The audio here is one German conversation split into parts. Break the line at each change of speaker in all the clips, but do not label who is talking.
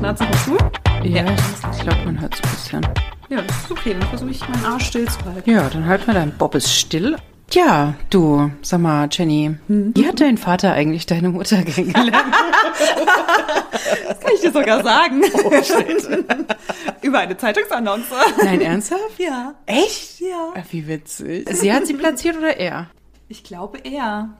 knarzen dazu?
Ja, ich glaube, man hört es ein bisschen.
Ja, das ist okay. Dann versuche ich meinen Arsch stillzuhalten.
Ja, dann halt mal dein Bobbes still. Mhm. Ja, du, sag mal, Jenny, wie hat dein Vater eigentlich deine Mutter kennengelernt?
Das kann ich dir sogar sagen. Oh, Über eine Zeitungsannonce.
Nein, ernsthaft?
Ja.
Echt?
Ja.
Ach, wie witzig. Sie hat sie platziert oder er? Mhm.
Ich glaube eher.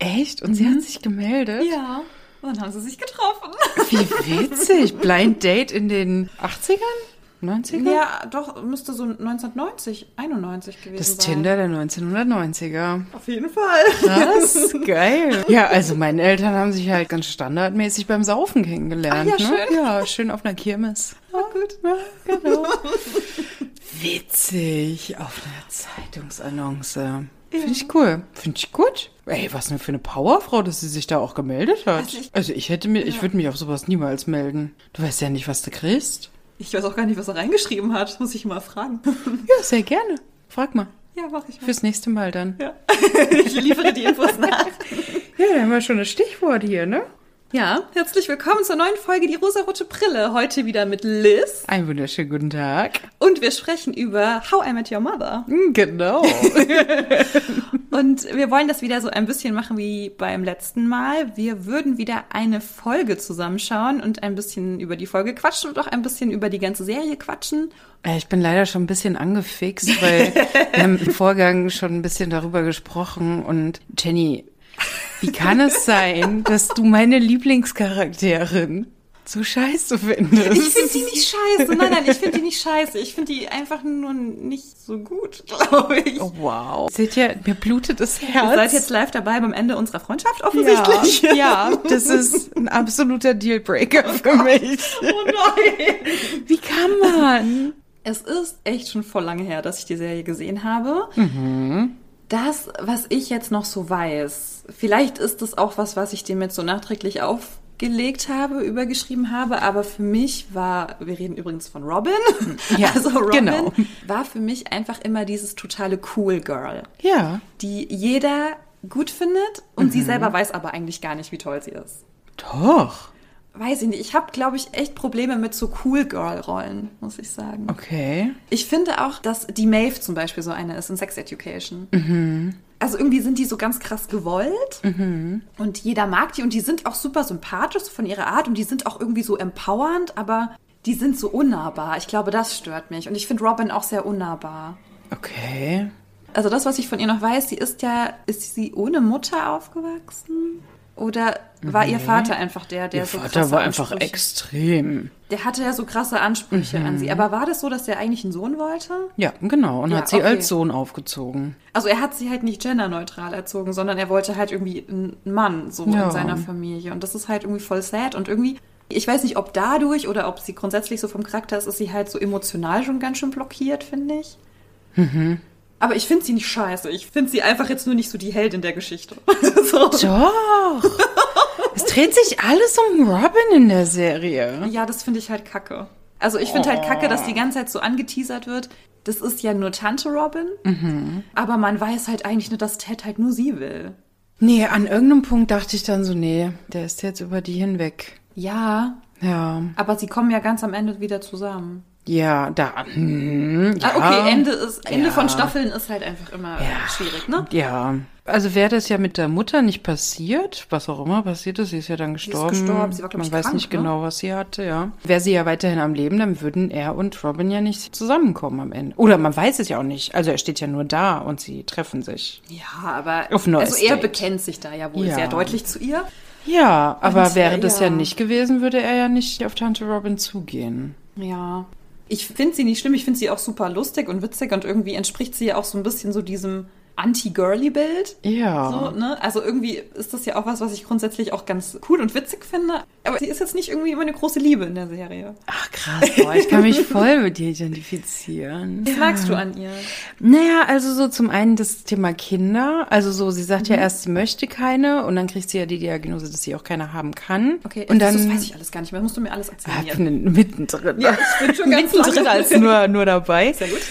Echt? Und sie hat sich gemeldet?
Ja. Und dann haben sie sich getroffen.
Wie witzig. Blind Date in den 80ern? 90ern?
Ja, doch, müsste so 1990, 91 gewesen
Das
sein.
Tinder der 1990er.
Auf jeden Fall.
Das geil. Ja, also meine Eltern haben sich halt ganz standardmäßig beim Saufen kennengelernt.
Ach ja,
ne? ja schön auf einer Kirmes.
Ja, gut.
Genau. Witzig, auf einer Zeitungsannonce. Finde ich cool. Finde ich gut. Ey, was denn für eine Powerfrau, dass sie sich da auch gemeldet hat.
Also ich-
Also ich hätte mir, ich würde mich auf sowas niemals melden. Du weißt ja nicht, was du kriegst.
Ich weiß auch gar nicht, was er reingeschrieben hat. Muss ich mal fragen.
Ja, sehr gerne. Frag mal.
Ja, mach ich mal.
Fürs nächste Mal dann.
Ja. Ich liefere die Infos nach.
Ja, da haben wir schon das Stichwort hier, ne?
Ja, herzlich willkommen zur neuen Folge Die rosarote Brille. Heute wieder mit Liz.
Einen wunderschönen guten Tag.
Und wir sprechen über How I Met Your Mother.
Hm, Genau.
Und wir wollen das wieder so ein bisschen machen wie beim letzten Mal. Wir würden wieder eine Folge zusammenschauen und ein bisschen über die Folge quatschen und auch ein bisschen über die ganze Serie quatschen.
Äh, Ich bin leider schon ein bisschen angefixt, weil wir haben im Vorgang schon ein bisschen darüber gesprochen und Jenny, wie kann es sein, dass du meine Lieblingscharakterin so scheiße findest?
Ich finde die nicht scheiße. Nein, nein, ich finde die nicht scheiße. Ich finde die einfach nur nicht so gut, glaube ich.
oh, wow. Seht ihr, mir blutet das Herz.
Ihr seid jetzt live dabei beim Ende unserer Freundschaft offensichtlich.
Ja, ja, das ist ein absoluter Dealbreaker für mich.
Oh nein.
Wie kann man?
Es ist echt schon voll lange her, dass ich die Serie gesehen habe.
Mhm.
Das, was ich jetzt noch so weiß, vielleicht ist es auch was, was ich dem jetzt so nachträglich aufgelegt habe, übergeschrieben habe, aber für mich war, wir reden übrigens von Robin,
Ja,
also Robin
genau.
war für mich einfach immer dieses totale Cool Girl,
Ja,
die jeder gut findet und
Mhm.
sie selber weiß aber eigentlich gar nicht, wie toll sie ist.
doch.
Weiß ich nicht, ich habe, glaube ich, echt Probleme mit so Cool Girl-Rollen, muss ich
Oh.
sagen.
Okay.
Ich finde auch, dass die Maeve zum Beispiel so eine ist in Sex Education.
Mhm.
Also irgendwie sind die so ganz krass gewollt und jeder mag die und die sind auch super sympathisch so von ihrer Art und die sind auch irgendwie so empowernd, aber die sind so unnahbar. Ich glaube, das stört mich und ich finde Robin auch sehr unnahbar.
Okay.
Also das, was ich von ihr noch weiß, sie ist ja, ist sie ohne Mutter aufgewachsen? Oder war ihr Vater einfach der, der
Ihr
so
Vater
krasse
war einfach
Ansprüche-
extrem.
Der hatte ja so krasse Ansprüche an sie. Aber war das so, dass der eigentlich einen Sohn wollte?
Ja, genau. Und
Ja,
hat sie
okay.
als Sohn aufgezogen.
Also er hat sie halt nicht genderneutral erzogen, sondern er wollte halt irgendwie einen Mann so
Ja.
in seiner Familie. Und das ist halt irgendwie voll sad und irgendwie, ich weiß nicht, ob dadurch oder ob sie grundsätzlich so vom Charakter ist, ist sie halt so emotional schon ganz schön blockiert, finde ich. Aber ich finde sie nicht scheiße. Ich finde sie einfach jetzt nur nicht so die Heldin der Geschichte. so.
Doch. es dreht sich alles um Robin in der Serie.
Ja, das finde ich halt kacke. Also ich finde halt kacke, dass die ganze Zeit so angeteasert wird. Das ist ja nur Tante Robin. Aber man weiß halt eigentlich nur, dass Ted halt nur sie will.
Nee, an irgendeinem Punkt dachte ich dann so, nee, der ist jetzt über die hinweg.
Ja,
Ja,
Aber sie kommen ja ganz am Ende wieder zusammen.
ja, da. Hm, ja.
Ah, okay, Ende ist Ende
Ja.
von Staffeln ist halt einfach immer äh, schwierig, ne?
Ja. Also wäre das ja mit der Mutter nicht passiert, was auch immer passiert ist, sie ist ja dann
ist
gestorben.
gestorben, sie war, glaub
Man
ich,
weiß
krank,
nicht
ne?
genau, was sie hatte, ja. Wäre sie ja weiterhin am Leben, dann würden er und Robin ja nicht zusammenkommen am Ende. Oder man weiß es ja auch nicht. Also er steht ja nur da und sie treffen sich.
Ja, aber
Auf neues
also er
Date.
bekennt sich da ja wohl
Ja.
sehr deutlich zu ihr.
Ja, aber
Und,
wäre
äh,
das
ja.
ja nicht gewesen, würde er ja nicht auf Tante Robin zugehen.
Ja. Ich finde sie nicht schlimm, ich finde sie auch super lustig und witzig und irgendwie entspricht sie ja auch so ein bisschen so diesem Anti-Girly-Bild.
Ja.
So, ne? Also irgendwie ist das ja auch was, was ich grundsätzlich auch ganz cool und witzig finde. Aber sie ist jetzt nicht irgendwie immer eine große Liebe in der Serie.
Ach krass, boah, ich kann mich voll mit dir identifizieren.
Was magst du an ihr?
Naja, also so zum einen das Thema Kinder. Also so, sie sagt ja erst, sie möchte keine und dann kriegt sie ja die Diagnose, dass sie auch keine haben kann.
Okay, also
und dann
das weiß ich alles gar nicht mehr. Musst du mir alles erzählen.
Ah,
hier.
ich bin mittendrin.
Ja, ich bin schon ganz
mittendrin
lange.
als nur, nur dabei.
Sehr gut.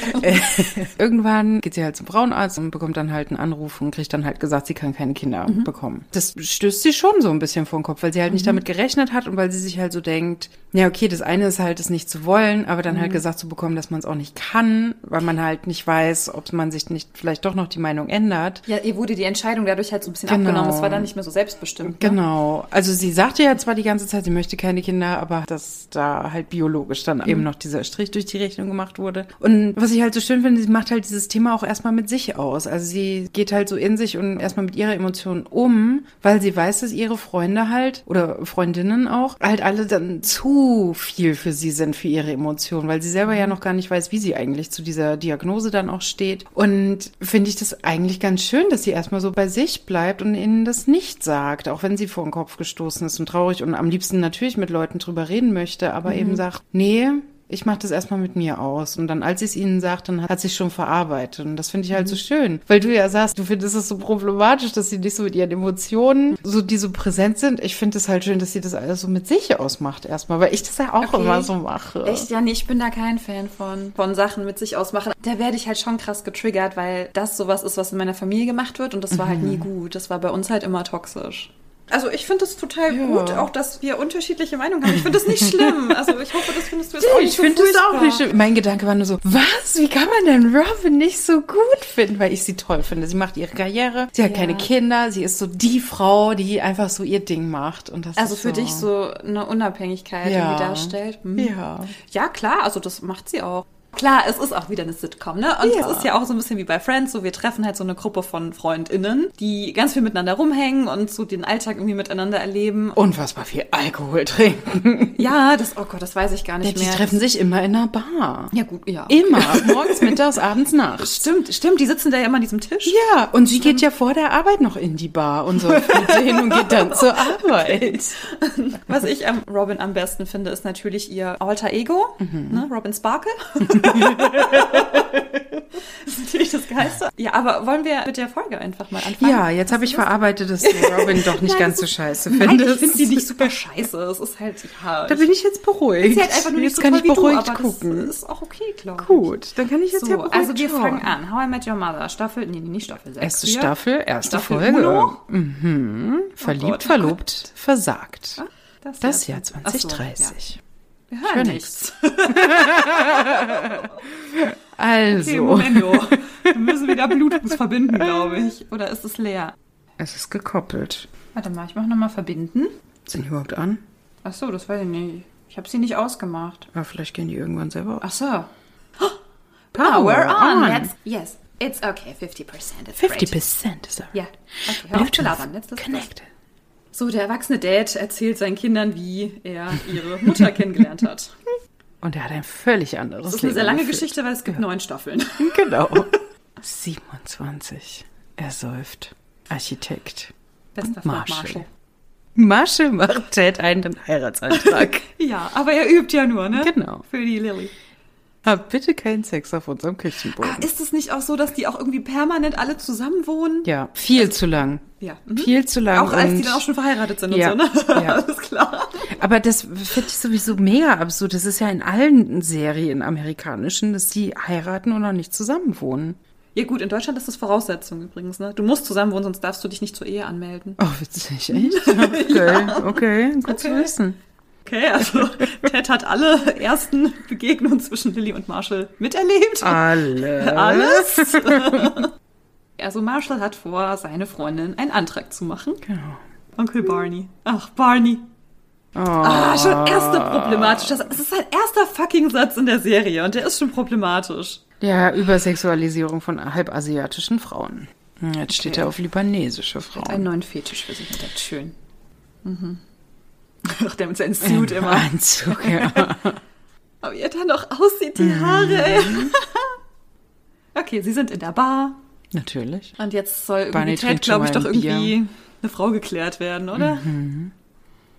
Irgendwann geht sie halt zum Frauenarzt und bekommt dann halt einen Anruf und kriegt dann halt gesagt, sie kann keine Kinder bekommen. Das stößt sie schon so ein bisschen vor den Kopf, weil sie halt nicht damit gerechnet verhindert hat und weil sie sich halt so denkt, ja, okay, das eine ist halt, es nicht zu wollen, aber dann halt gesagt zu bekommen, dass man es auch nicht kann, weil man halt nicht weiß, ob man sich nicht vielleicht doch noch die Meinung ändert.
Ja, ihr wurde die Entscheidung dadurch halt so ein bisschen
Genau.
abgenommen. Es war dann nicht mehr so selbstbestimmt. Ne?
Genau. Also sie sagte ja zwar die ganze Zeit, sie möchte keine Kinder, aber dass da halt biologisch dann eben noch dieser Strich durch die Rechnung gemacht wurde. Und was ich halt so schön finde, sie macht halt dieses Thema auch erstmal mit sich aus. Also sie geht halt so in sich und erstmal mit ihrer Emotion um, weil sie weiß, dass ihre Freunde halt oder Freundinnen auch halt alle dann zu viel für sie sind, für ihre Emotionen, weil sie selber ja noch gar nicht weiß, wie sie eigentlich zu dieser Diagnose dann auch steht. Und finde ich das eigentlich ganz schön, dass sie erstmal so bei sich bleibt und ihnen das nicht sagt, auch wenn sie vor den Kopf gestoßen ist und traurig und am liebsten natürlich mit Leuten drüber reden möchte, aber
Mhm.
eben sagt, nee, ich mache das erstmal mit mir aus. Und dann, als ich es ihnen sagt, dann hat sie es schon verarbeitet. Und das finde ich halt
Mhm.
so schön. Weil du ja sagst, du findest es so problematisch, dass sie nicht so mit ihren Emotionen, so die so präsent sind. Ich finde es halt schön, dass sie das alles so mit sich ausmacht erstmal, weil ich das ja auch
Okay.
immer so mache.
Echt? Ja, nee, ich bin da kein Fan von, von Sachen mit sich ausmachen. Da werde ich halt schon krass getriggert, weil das sowas ist, was in meiner Familie gemacht wird und das war halt
Mhm.
nie gut. Das war bei uns halt immer toxisch. Also ich finde es total
Ja.
gut, auch dass wir unterschiedliche Meinungen haben. Ich finde es nicht schlimm. Also ich hoffe, das findest du jetzt auch nicht
Ich finde
so
es auch
furchtbar.
nicht schlimm. Mein Gedanke war nur so, was? Wie kann man denn Robin nicht so gut finden? Weil ich sie toll finde. Sie macht ihre Karriere, sie hat
Ja.
keine Kinder, sie ist so die Frau, die einfach so ihr Ding macht. Und das
Also
ist
für dich so eine Unabhängigkeit
Ja.
irgendwie darstellt. Hm.
Ja.
Ja, klar, also das macht sie auch. Klar, es ist auch wieder eine Sitcom, ne? Und
Ja.
es ist ja auch so ein bisschen wie bei Friends, so wir treffen halt so eine Gruppe von FreundInnen, die ganz viel miteinander rumhängen und so den Alltag irgendwie miteinander erleben.
Unfassbar viel Alkohol trinken.
Ja, das, oh Gott, das weiß ich gar nicht
Die
mehr.
treffen sich immer in einer Bar.
ja, gut, ja.
Immer. Morgens, mittags, abends, nachts.
Stimmt, stimmt, die sitzen da ja immer an diesem Tisch.
Ja, und sie geht ja vor der Arbeit noch in die Bar und so mit denen und geht dann zur Arbeit.
Was ich am Robin am besten finde, ist natürlich ihr Alter Ego,
Mhm.
ne? Robin Sparkle. das ist natürlich das Geilste. Ja, aber wollen wir mit der Folge einfach mal anfangen?
Ja, jetzt habe ich verarbeitet, dass du Robin doch nicht ganz so scheiße
Nein,
findest.
ich finde die nicht super scheiße. Es ist halt, ja.
Da bin ich jetzt beruhigt.
sie halt einfach nur nicht
jetzt
so
kann
toll
ich beruhigt
wie du, aber
gucken.
Das ist auch okay, glaube ich.
Gut, dann kann ich jetzt
So,
ja beruhigt
also wir
schauen.
fangen an. How I Met Your Mother. Staffel, nee, nee, nicht Staffel 6.
Erste Staffel, erste
Staffel
Folge.
Uno. Oh
Mhm. Verliebt,
Gott.
verlobt, versagt.
Das,
Das Jahr
Ach so,
2030.
ja. Wir
Für
hören nichts. Okay,
Also,
Momento. Wir müssen wieder Bluetooth verbinden, glaube ich. Oder ist es leer?
es ist gekoppelt.
Warte mal, ich mache nochmal verbinden.
Sind die überhaupt an?
Ach so, das weiß ich nicht. Ich habe sie nicht ausgemacht.
Aber vielleicht gehen die irgendwann selber auf.
Ach so. Ah,
Power
we're on.
on.
That's, yes, it's okay. 50%. It's great.
50% ist er.
Ja. Okay, hör auf zu labern. Let's,
Bluetooth
let's,
connected.
So, der erwachsene Dad erzählt seinen Kindern, wie er ihre Mutter kennengelernt hat.
Und er hat ein völlig anderes
Das ist eine sehr
Leben
lange
geführt.
Geschichte, weil es gibt neun Staffeln.
Genau. 27. Er säuft. Architekt.
Bester Freund
Marshall. Marshall macht Ted einen Heiratsantrag.
Ja, aber er übt ja nur, ne?
Genau.
Für die Lilly.
Hab bitte keinen Sex auf unserem Küchenboden.
Ah, ist es nicht auch so, dass die auch irgendwie permanent alle zusammen wohnen?
ja, viel zu lang.
Ja. Mhm.
Viel zu lang.
Auch als die
und-
dann auch schon verheiratet sind
Ja,
und so, ne?
ja.
Alles klar.
Aber das finde ich sowieso mega absurd. Das ist ja in allen Serien amerikanischen, dass die heiraten und noch nicht zusammen wohnen.
Ja gut, in Deutschland ist das Voraussetzung übrigens, ne? Du musst zusammen wohnen, sonst darfst du dich nicht zur Ehe anmelden.
Oh, witzig, echt? Okay, okay, gut zu
Okay.
wissen.
Okay, also Ted hat alle ersten Begegnungen zwischen Lilly und Marshall miterlebt.
Ah. Alle.
Alles? also Marshall hat vor, seine Freundin einen Antrag zu machen.
Genau. Oh.
Onkel Barney. Ach, Barney. Ah, schon erste problematisch. Das das ist sein erster fucking Satz in der Serie und der ist schon problematisch.
Ja, Übersexualisierung von halbasiatischen Frauen. Hm, Jetzt steht
Okay.
er auf libanesische Frauen.
neuen Fetisch für sich entdeckt. Schön. Mhm. Ach, der mit seinem Suit
Im
immer.
Anzug, ja.
Aber wie er dann noch aussieht, die Haare, ey.
Mhm.
okay, sie sind in der Bar
Natürlich.
und jetzt soll
Barney
irgendwie Ted,
trinkt schon
glaube ich,
mal
doch
ein Bier.
irgendwie eine Frau geklärt werden, oder?
Mhm.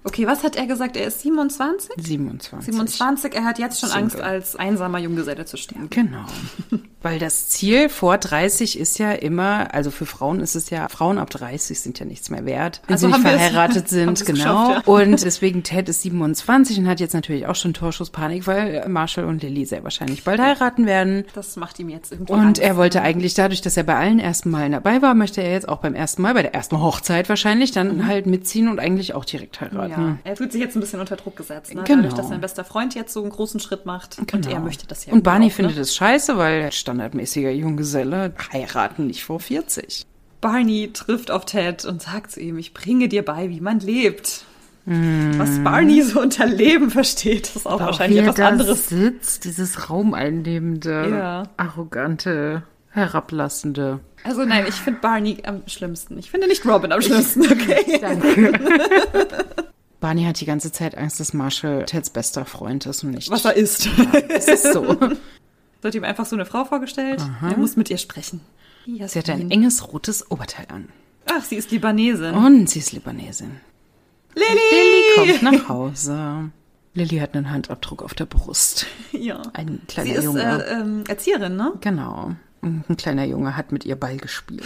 Okay, was hat er gesagt? Er ist 27?
27.
27, er hat jetzt schon
Single.
Angst, als einsamer Junggeselle zu sterben.
Genau. Weil das Ziel vor 30 ist ja immer, also für Frauen ist es ja, Frauen ab 30 sind ja nichts mehr wert, wenn
Also
sie nicht
haben wir es-
verheiratet sind,
haben wir es
genau.
geschafft,
Und deswegen Ted ist 27 und hat jetzt natürlich auch schon Torschusspanik, weil Marshall und Lily sehr wahrscheinlich bald heiraten werden.
Das macht ihm jetzt irgendwie
Und
Angst.
er wollte eigentlich dadurch, dass er bei allen ersten Malen dabei war, möchte er jetzt auch beim ersten Mal, bei der ersten Hochzeit wahrscheinlich, dann halt mitziehen und eigentlich auch direkt
Mhm. ja,
heiraten.
er fühlt sich jetzt ein bisschen unter Druck gesetzt, ne?
Genau.
dadurch, dass sein bester Freund jetzt so einen großen Schritt macht und er möchte das ja.
Und Barney
auch, ne?
findet es scheiße, weil standardmäßiger Junggeselle heiraten nicht vor 40.
Barney trifft auf Ted und sagt zu ihm, ich bringe dir bei, wie man lebt.
Hm.
Was Barney so unter Leben versteht, ist auch wahrscheinlich etwas anderes.
sitzt, dieses raumeinnehmende,
Ja.
arrogante, herablassende.
Also nein, ich finde Barney am schlimmsten. Ich finde nicht Robin am schlimmsten, okay?
Barney hat die ganze Zeit Angst, dass Marshall Teds bester Freund ist und nicht.
Was er ist.
Es ist so.
Wird ihm einfach so eine Frau vorgestellt. Er muss mit ihr sprechen.
Sie hat ein
Jasmin.
enges rotes Oberteil an.
Ach, sie ist Libanesin.
Und sie ist Libanesin. Oh.
Lilly!
Kommt nach Hause. Lilly hat einen Handabdruck auf der Brust.
Ja.
Ein
Sie
kleiner
ist
Junge.
äh, ähm, Erzieherin, ne?
genau. Und ein kleiner Junge hat mit ihr Ball gespielt.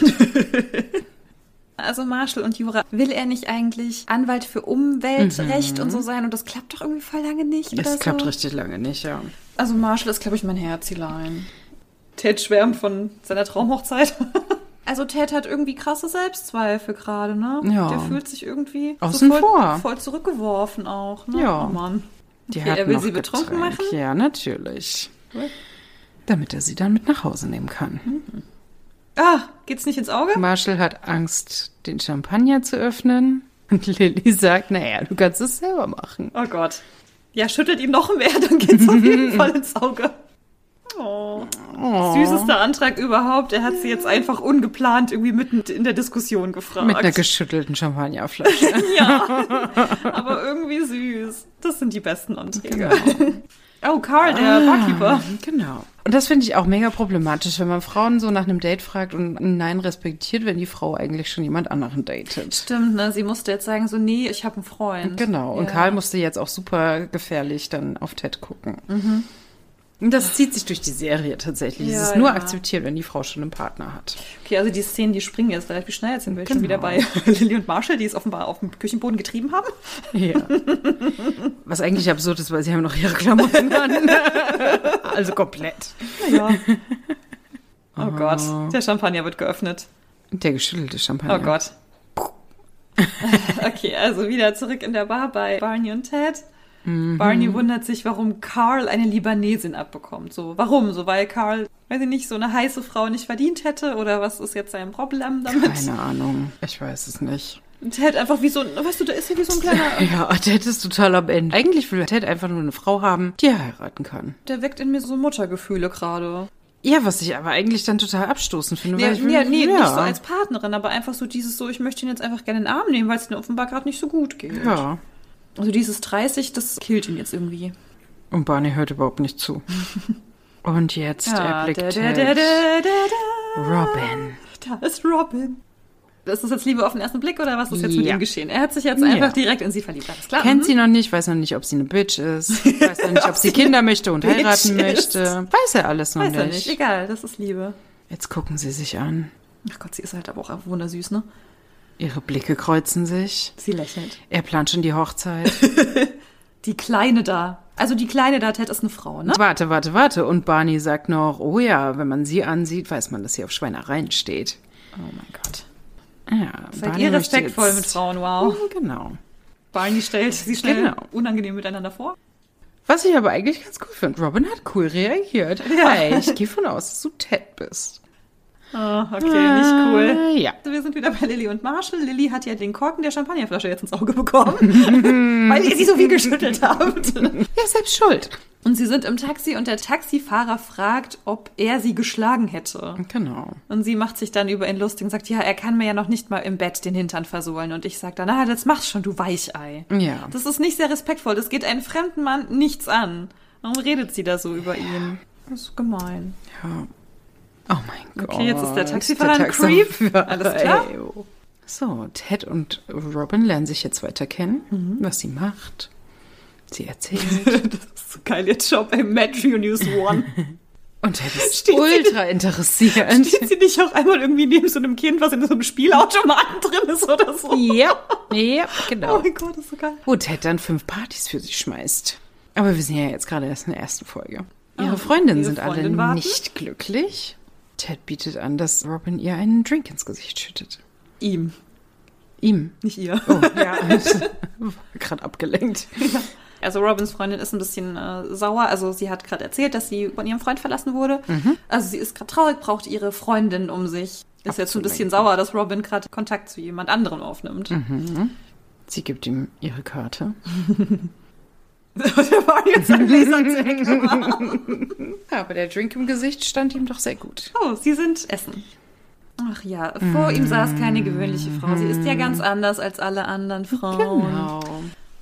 Also Marshall und Jura, will er nicht eigentlich Anwalt für Umweltrecht und so sein? Und das klappt doch irgendwie voll lange nicht, oder
Mhm. Das klappt
so?
richtig lange nicht, ja.
Also Marshall ist, glaube ich, mein Herzilein. Ted schwärmt von seiner Traumhochzeit. Also Ted hat irgendwie krasse Selbstzweifel gerade, ne?
Ja.
Der fühlt sich irgendwie
Außen
voll,
vor.
voll zurückgeworfen auch, ne?
Ja.
Oh Mann.
Die
Okay,
hat
er will
noch
sie betrunken
Getränk.
machen?
Ja, natürlich. Damit er sie dann mit nach Hause nehmen kann.
Ah, geht's nicht ins Auge?
Marshall hat Angst, den Champagner zu öffnen. Und Lilly sagt, naja, du kannst es selber machen.
Oh Gott. Ja, schüttelt ihm noch mehr, dann geht's auf jeden Fall ins Auge. Oh. Süßester Antrag überhaupt. Er hat sie jetzt einfach ungeplant irgendwie mitten in der Diskussion gefragt.
Mit einer geschüttelten Champagnerflasche.
Aber irgendwie süß. Das sind die besten Anträge. Oh, Carl, der
Ah.
Barkeeper.
Genau. Und das finde ich auch mega problematisch, wenn man Frauen so nach einem Date fragt und ein Nein respektiert, wenn die Frau eigentlich schon jemand anderen datet.
Stimmt, ne? Sie musste jetzt sagen, so, nee, ich habe einen Freund.
Genau. Und
Hm? Ja.
Karl musste jetzt auch super gefährlich dann auf Ted gucken. Und Das zieht sich durch die Serie tatsächlich.
Mhm. Ja,
es ist nur
ja.
akzeptiert, wenn die Frau schon einen Partner hat.
Okay, also die Szenen, die springen jetzt relativ schnell. Jetzt sind wir schon
Genau.
wieder bei Lilly und Marshall, die es offenbar auf dem Küchenboden getrieben haben.
Ja. Was eigentlich absurd ist, weil sie haben noch ihre Klamotten an. also komplett.
Naja. Oh Gott, der Champagner wird geöffnet.
Und Der geschüttelte
Oh
Champagner.
Gott. okay, also wieder zurück in der Bar bei Barney und Ted.
Mhm.
Barney wundert sich, warum Carl eine Libanesin abbekommt. So, warum? So, weil Carl, weiß ich nicht, so eine heiße Frau nicht verdient hätte oder was ist jetzt sein Problem damit?
Keine Ahnung. Ich weiß es nicht.
Und Ted einfach wie so ein, weißt du, da ist ja wie so ein kleiner,
Ja, Ted ist total am Ende. Eigentlich will Ted einfach nur eine Frau haben, die er heiraten kann.
der weckt in mir so Muttergefühle gerade.
Ja, was ich aber eigentlich dann total abstoßend finde.
Nee,
weil ich will-
ja, nee,
ja.
nicht so als Partnerin, aber einfach so dieses so, ich möchte ihn jetzt einfach gerne in den Arm nehmen, weil es ihm offenbar gerade nicht so gut geht.
Ja.
Also dieses 30, das killt ihn jetzt irgendwie.
Und Barney hört überhaupt nicht zu. Und jetzt erblickt
da,
Ted
da, da, da, da,
Robin.
da. da ist Robin. Das ist jetzt Liebe auf den ersten Blick oder was ist jetzt mit
Ja.
ihm geschehen? Er hat sich jetzt
Ja.
einfach direkt in sie verliebt. Alles klar.
Kennt sie noch nicht, weiß noch nicht, ob sie eine Bitch ist. Weiß noch nicht, ob sie Kinder möchte und
Bitch
heiraten
ist.
möchte. Weiß er alles noch
Hm, Weiß er
nicht.
nicht. Egal, das ist Liebe.
Jetzt gucken sie sich an.
Ach Gott, sie ist halt aber auch wundersüß, ne?
Ihre Blicke kreuzen sich.
Sie lächelt.
Er plant schon die Hochzeit.
Die Kleine da. Also die Kleine da, Ted, ist eine Frau, ne?
Warte, warte, warte. Und Barney sagt noch, oh ja, wenn man sie ansieht, weiß man, dass sie auf Schweinereien steht.
Oh mein Gott.
Ja,
Seid
Barney
ihr
möchte
respektvoll
jetzt-
mit Frauen, wow.
Ja, Genau.
Barney stellt sie schnell
Genau.
unangenehm miteinander vor.
Was ich aber eigentlich ganz cool finde, Robin hat cool reagiert. Hi, ich gehe von aus, dass du Ted bist.
Ah, okay, nicht cool.
Äh, Ja.
Also Wir sind wieder bei Lilly und Marshall. Lilly hat ja den Korken der Champagnerflasche jetzt ins Auge bekommen, weil ihr sie so viel geschüttelt habt.
Ja, selbst schuld.
Und sie sind im Taxi und der Taxifahrer fragt, ob er sie geschlagen hätte.
Genau.
Und sie macht sich dann über ihn lustig und sagt, ja, er kann mir ja noch nicht mal im Bett den Hintern versohlen. Und ich sag dann, ah, das machst schon, du Weichei.
Ja.
Das ist nicht sehr respektvoll. Das geht einen fremden Mann nichts an. Warum redet sie da so über ihn? Das ist gemein.
ja. Oh mein Gott.
Okay, jetzt ist der Taxifahrer ein Creep. Alles klar.
Ey, oh. So, Ted und Robin lernen sich jetzt weiter kennen,
Mhm.
was sie macht. Sie erzählt.
Das ist so geil, ihr Job, ey, Metro News One.
Und das ist
Steht sie-
ultra interessierend.
Steht sie nicht auch einmal irgendwie neben so einem Kind, was in so einem Spielautomaten drin ist oder so?
Ja, ja, genau.
Oh mein Gott, das ist so geil.
wo Ted dann fünf Partys für sich schmeißt. Aber wir sind ja jetzt gerade erst in der ersten Folge. Ihre
Ah,
Freundinnen
ihre
sind alle
Freundin warten.
nicht glücklich. Ted bietet an, dass Robin ihr einen Drink ins Gesicht schüttet.
Ihm,
Ihm.
nicht ihr.
Gerade abgelenkt.
Also Robins Freundin ist ein bisschen äh, sauer. Also sie hat gerade erzählt, dass sie von ihrem Freund verlassen wurde. Also sie ist gerade traurig, braucht ihre Freundin um sich. Ist jetzt ein bisschen
Abzulenken.
sauer, dass Robin gerade Kontakt zu jemand anderem aufnimmt.
Sie gibt ihm ihre Karte.
Der war jetzt ein Laser direkt.
Aber der Drink im Gesicht stand ihm doch sehr gut.
Oh, sie sind Essen. Ach ja, vor ihm saß keine gewöhnliche Frau. Sie ist ja ganz anders als alle anderen Frauen.
Genau.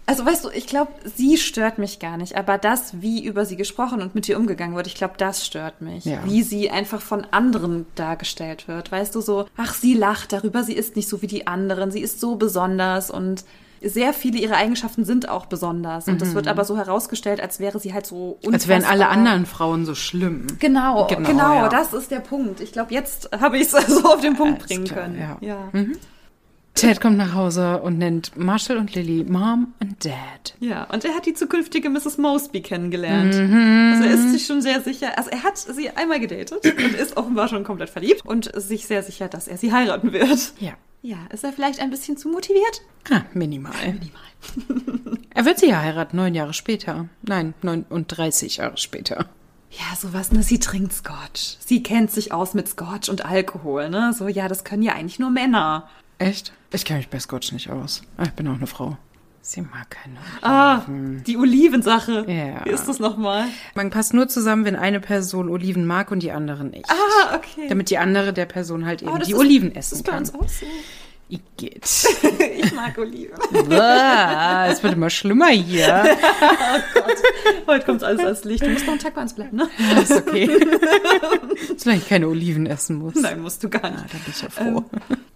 Also weißt du, ich glaube, sie stört mich gar nicht, aber das, wie über sie gesprochen und mit ihr umgegangen wird, ich glaube, das stört mich.
Ja.
Wie sie einfach von anderen dargestellt wird. Weißt du, so, ach, sie lacht darüber, sie ist nicht so wie die anderen, sie ist so besonders und sehr viele ihrer Eigenschaften sind auch besonders. Und das wird aber so herausgestellt, als wäre sie halt so unfassbar.
Mhm. Als wären alle anderen Frauen so schlimm.
Genau,
Genau,
genau,
ja.
das ist der Punkt. Ich glaube, jetzt habe ich es so auf den Punkt
Alles
bringen
klar,
können.
ja.
Ja.
Ted kommt nach Hause und nennt Marshall und Lily Mom und Dad.
Ja, und er hat die zukünftige Mrs. Mosby kennengelernt. Also er ist sich schon sehr sicher. Also er hat sie einmal gedatet und ist offenbar schon komplett verliebt und ist sich sehr sicher, dass er sie heiraten wird.
Ja.
Ja, ist er vielleicht ein bisschen zu motiviert?
Ah, minimal. Er wird sie ja heiraten, neun Jahre später. Nein, 39 Jahre später.
Ja, sowas, ne? Sie trinkt Scotch. Sie kennt sich aus mit Scotch und Alkohol, ne? So, ja, das können ja eigentlich nur Männer.
Echt? Ich kenne mich bei Scotch nicht aus. Ah, Ich bin auch eine Frau. Sie mag keine.
Ah, die Olivensache.
Ja.
Wie ist das nochmal?
Man passt nur zusammen, wenn eine Person Oliven mag und die andere nicht.
Ah, okay.
Damit die andere der Person halt eben
Oh, das
die
ist-
Oliven
das
essen
ist bei
kann.
uns auch so.
Igitt.
Ich mag Oliven.
Uah, es wird immer schlimmer hier.
Heute kommt alles als Licht. Du musst noch einen Tag bei uns bleiben, ne?
Ja, Ist okay. Solange ich keine Oliven essen muss.
Nein, musst du gar
Ah,
nicht.
da bin ich ja froh.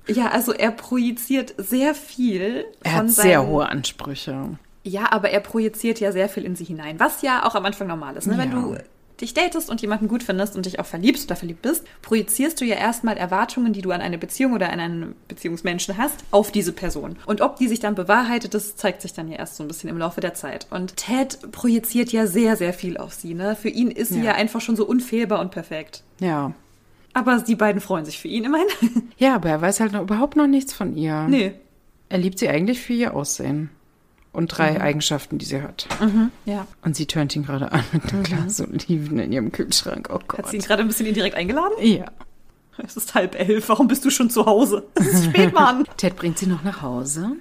Ja, also er projiziert sehr viel.
er
von
hat
seinen,
sehr hohe Ansprüche.
Ja, aber er projiziert ja sehr viel in sie hinein, was ja auch am Anfang normal ist. Ne? Wenn
Ja.
du dich datest und jemanden gut findest und dich auch verliebst oder verliebt bist, projizierst du ja erstmal Erwartungen, die du an eine Beziehung oder an einen Beziehungsmenschen hast, auf diese Person. Und ob die sich dann bewahrheitet, das zeigt sich dann ja erst so ein bisschen im Laufe der Zeit. Und Ted projiziert ja sehr, sehr viel auf sie. Ne? Für ihn ist sie
Ja.
ja einfach schon so unfehlbar und perfekt.
Ja.
Aber die beiden freuen sich für ihn immerhin.
Ja, aber er weiß halt noch, überhaupt noch nichts von ihr.
nee.
Er liebt sie eigentlich für ihr Aussehen. Und drei Eigenschaften, die sie hat.
Ja.
Und sie turnt ihn gerade an mit einem Glas Oliven in ihrem Kühlschrank. Oh Gott.
Hat sie ihn gerade ein bisschen indirekt eingeladen?
ja.
Es ist halb elf, warum bist du schon zu Hause? Es ist spät, Mann.
Ted bringt sie noch nach Hause.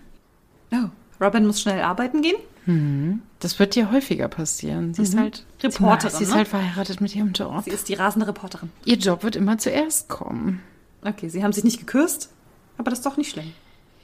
Oh, Robin muss schnell arbeiten gehen.
Das wird dir häufiger passieren. Sie ist halt
Reporterin,
Sie ist
ne?
halt verheiratet mit ihrem Job.
Sie ist die rasende Reporterin.
Ihr Job wird immer zuerst kommen.
Okay, sie haben sich nicht geküsst, aber das ist doch nicht schlimm.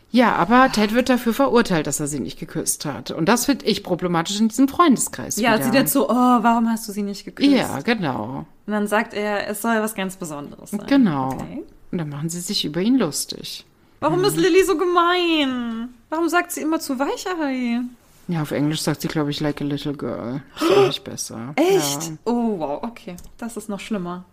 Ja, aber Ted wird dafür verurteilt, dass er sie nicht geküsst hat. Und das finde ich problematisch in diesem Freundeskreis.
Ja,
wieder.
sie dann so, oh, warum hast du sie nicht geküsst?
Ja, genau.
Und dann sagt er, es soll was ganz Besonderes sein.
Genau.
Okay.
Und dann machen sie sich über ihn lustig.
Warum
Hm.
ist Lilly so gemein? Warum sagt sie immer zu Weichei?
Ja, auf Englisch sagt sie, glaube ich, like a little girl. Das finde ich besser.
Echt?
Ja.
Oh, wow, okay. Das ist noch schlimmer.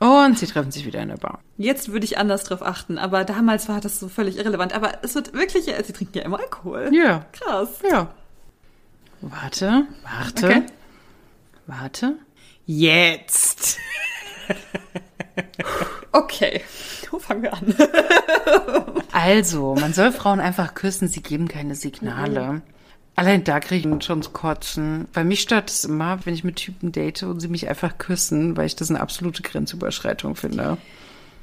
Und sie treffen sich wieder in der Bar.
Jetzt würde ich anders drauf achten, aber damals war das so völlig irrelevant. Aber es wird wirklich, sie trinken ja immer Alkohol.
Ja,
Krass.
ja. Warte, warte,
Okay.
warte. Jetzt!
Okay, wo fangen wir an?
Also, man soll Frauen einfach küssen, sie geben keine Signale. Allein da kriege ich ihn schon zu kotzen. Bei mich stört es immer, wenn ich mit Typen date und sie mich einfach küssen, weil ich das eine absolute Grenzüberschreitung finde.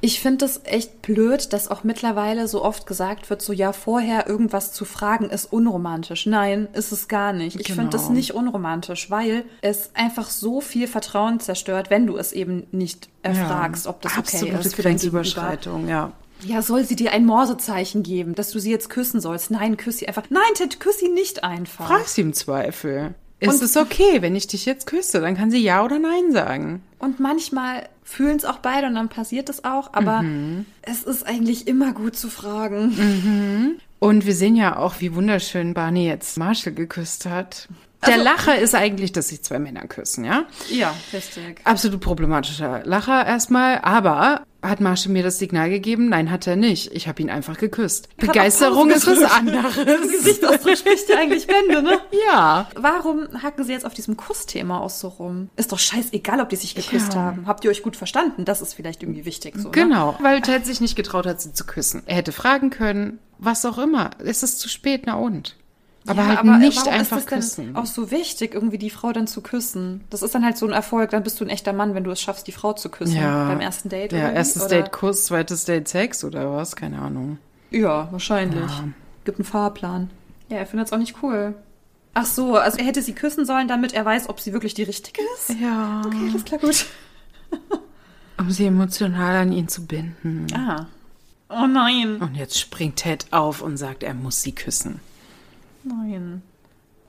Ich finde das echt blöd, dass auch mittlerweile so oft gesagt wird, so ja, vorher irgendwas zu fragen ist unromantisch. Nein, ist es gar nicht. Ich
Genau.
finde das nicht unromantisch, weil es einfach so viel Vertrauen zerstört, wenn du es eben nicht erfragst, ob das okay
Absolute
ist für dein Gegenüber.
Grenzüberschreitung, ja.
Ja, soll sie dir ein Morsezeichen geben, dass du sie jetzt küssen sollst? Nein, küss sie einfach. Nein, Ted, küss sie nicht einfach.
Frag sie im Zweifel. Ist
Und-
es okay, wenn ich dich jetzt küsse? Dann kann sie Ja oder Nein sagen.
Und manchmal fühlen es auch beide und dann passiert es auch, aber es ist eigentlich immer gut zu fragen.
Und wir sehen ja auch, wie wunderschön Barney jetzt Marshall geküsst hat. Der Lacher ist eigentlich, dass sich zwei Männer küssen, ja?
Ja, richtig.
Absolut problematischer Lacher erstmal, aber hat Marsha mir das Signal gegeben? Nein, hat er nicht. Ich habe ihn einfach geküsst.
auch
Begeisterung
Pause
ist
gedrückt.
was anderes.
Gesichtsausdruck spricht ja eigentlich Bände, ne?
ja.
Warum hacken sie jetzt auf diesem Kussthema auch so rum? Ist doch scheißegal, ob die sich geküsst
Ja.
haben. Habt ihr euch gut verstanden? Das ist vielleicht irgendwie wichtig so. Ne?
Genau, weil Ted sich nicht getraut hat, sie zu küssen. Er hätte fragen können, was auch immer. Es ist zu spät, na und? Aber
Ja,
halt nicht
warum
einfach
ist das
küssen.
denn auch so wichtig, irgendwie die Frau dann zu küssen? Das ist dann halt so ein Erfolg. Dann bist du ein echter Mann, wenn du es schaffst, die Frau zu küssen. Beim ersten Date.
Ja,
irgendwie,
erstes
oder?
Date Kuss, zweites Date Sex oder was? Keine Ahnung.
Ja, wahrscheinlich. Gibt einen Fahrplan. Ja, er findet es auch nicht cool. Ach so, also er hätte sie küssen sollen, damit er weiß, ob sie wirklich die richtige ist.
Ja.
Okay, das klar gut.
Um sie emotional an ihn zu binden.
Ah. Oh nein.
Und jetzt springt Ted auf und sagt, er muss sie küssen.
Nein.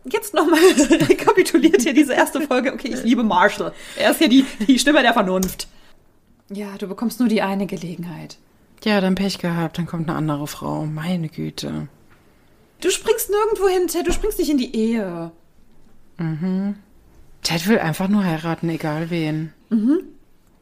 Jetzt nochmal rekapituliert hier diese erste Folge. Okay, ich liebe Marshall. Er ist hier die, die Stimme der Vernunft. Ja, du bekommst nur die eine Gelegenheit.
Ja, dann Pech gehabt, dann kommt eine andere Frau. Meine Güte.
Du springst nirgendwo hin, Ted. Du springst nicht in die Ehe.
Ted will einfach nur heiraten, egal wen. Mhm.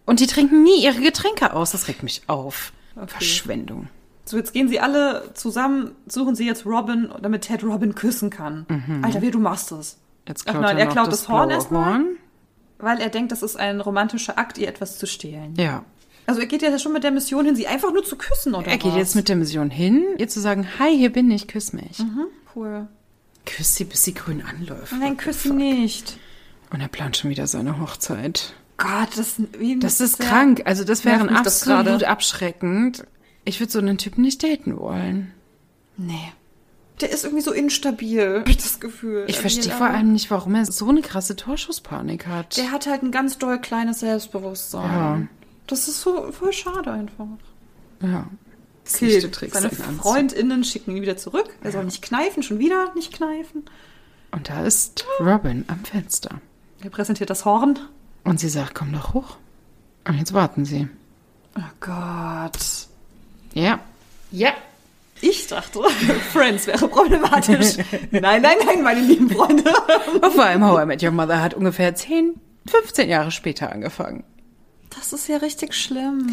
Und die trinken nie ihre Getränke aus. Das regt mich auf. Verschwendung.
So, jetzt gehen sie alle zusammen, suchen sie jetzt Robin, damit Ted Robin küssen kann.
Mhm.
Alter, wie du machst das.
Jetzt
Ach
klaut
nein,
er,
er
noch
klaut
das,
das Horn
blaue
erstmal.
Horn.
Weil er denkt, das ist ein romantischer Akt, ihr etwas zu stehlen.
Ja.
Also er geht ja schon mit der Mission hin, sie einfach nur zu küssen, oder
Er geht
was?
jetzt mit der Mission hin, ihr zu sagen, hi, hier bin ich, küss mich.
Mhm. Cool.
Küss sie, bis sie grün anläuft.
Nein, küss sie nicht.
Und er plant schon wieder seine Hochzeit.
Gott, das, wie
Das ist
sehr-
krank. Also das
nervt
wäre
mich das
absolut
gerade.
abschreckend. Ich würde so einen Typen nicht daten wollen.
Nee. Der ist irgendwie so instabil, hab ich das Gefühl.
Ich
Also
verstehe
jeder-
vor allem nicht, warum er so eine krasse Torschusspanik hat.
Der hat halt ein ganz doll kleines Selbstbewusstsein.
Ja.
Das ist so voll schade einfach.
ja. Das
Okay,
Lichte trägst
seine
du im Anzug.
FreundInnen schicken ihn wieder zurück. Er soll nicht kneifen, schon wieder nicht kneifen.
Und da ist Robin am Fenster.
Er präsentiert das Horn.
Und sie sagt, komm doch hoch. Und jetzt warten sie.
Oh Gott.
Ja. Ja.
Ich dachte, Friends wäre problematisch. nein, nein, nein, meine lieben Freunde.
Und vor allem How I Met Your Mother hat ungefähr 10, 15 Jahre später angefangen.
Das ist ja richtig schlimm.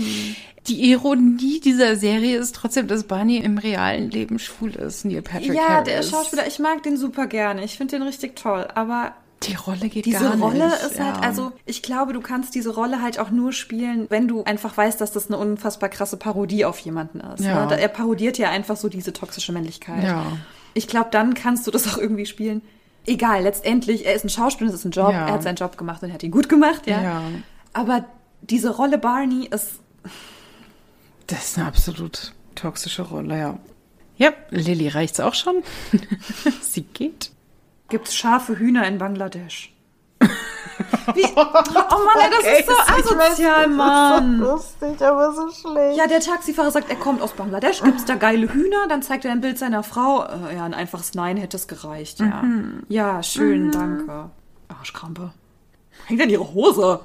Die Ironie dieser Serie ist trotzdem, dass Barney im realen Leben schwul ist, Neil Patrick Harris.
Ja, der Schauspieler, ich mag den super gerne. Ich finde den richtig toll. Aber
Die Rolle geht
Diese
gar nicht.
Rolle ist
ja.
halt, also ich glaube, du kannst diese Rolle halt auch nur spielen, wenn du einfach weißt, dass das eine unfassbar krasse Parodie auf jemanden ist.
Ja.
Ne? Da- Er parodiert ja einfach so diese toxische Männlichkeit.
Ja.
Ich glaube, dann kannst du das auch irgendwie spielen. Egal, letztendlich, er ist ein Schauspieler, das ist ein Job,
Ja.
er hat seinen Job gemacht und er hat ihn gut gemacht, ja.
Ja.
Aber diese Rolle Barney ist,
Das ist eine absolut toxische Rolle, ja. Ja, Lilly reicht's auch schon. Sie geht.
gibt's scharfe Hühner in Bangladesch. Wie? Oh Mann, ey, das ist so asozial, Mann.
lustig, aber so schlecht.
Ja, der Taxifahrer sagt, er kommt aus Bangladesch, gibt's da geile Hühner, dann zeigt er ein Bild seiner Frau. Äh, ja, ein einfaches Nein hätte es gereicht, ja.
Mhm.
Ja, schön, danke. Arschkrampe. Hängt an ihre Hose.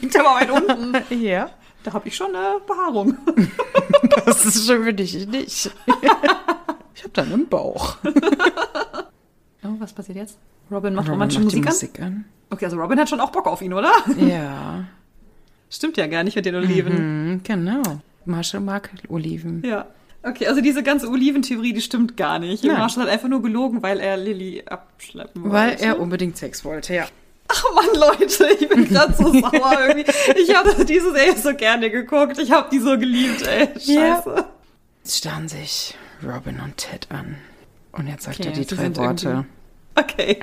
Hängt aber weit unten.
Ja.
Da hab ich schon eine Behaarung.
Das ist schon für dich nicht. Ich hab dann einen Bauch.
Oh, was passiert jetzt? Robin macht
Robin
romantische
macht die
Musik,
Musik an.
an. Okay, also Robin hat schon auch Bock auf ihn, oder?
Ja,
Stimmt ja gar nicht mit den Oliven.
mhm, genau. Marshall mag Oliven.
Ja. Okay, also diese ganze Oliventheorie, die stimmt gar nicht.
Nein.
Marshall hat einfach nur gelogen, weil er Lilly abschleppen wollte.
Weil er unbedingt Sex wollte, ja.
Ach Mann, Leute, ich bin gerade so sauer irgendwie. Ich habe diese Serie so gerne geguckt. Ich habe die so geliebt, ey.
Ja.
Scheiße.
Jetzt starren sich Robin und Ted an. Und jetzt sagt
Okay,
er die
sie
drei
sind
Worte.
Okay,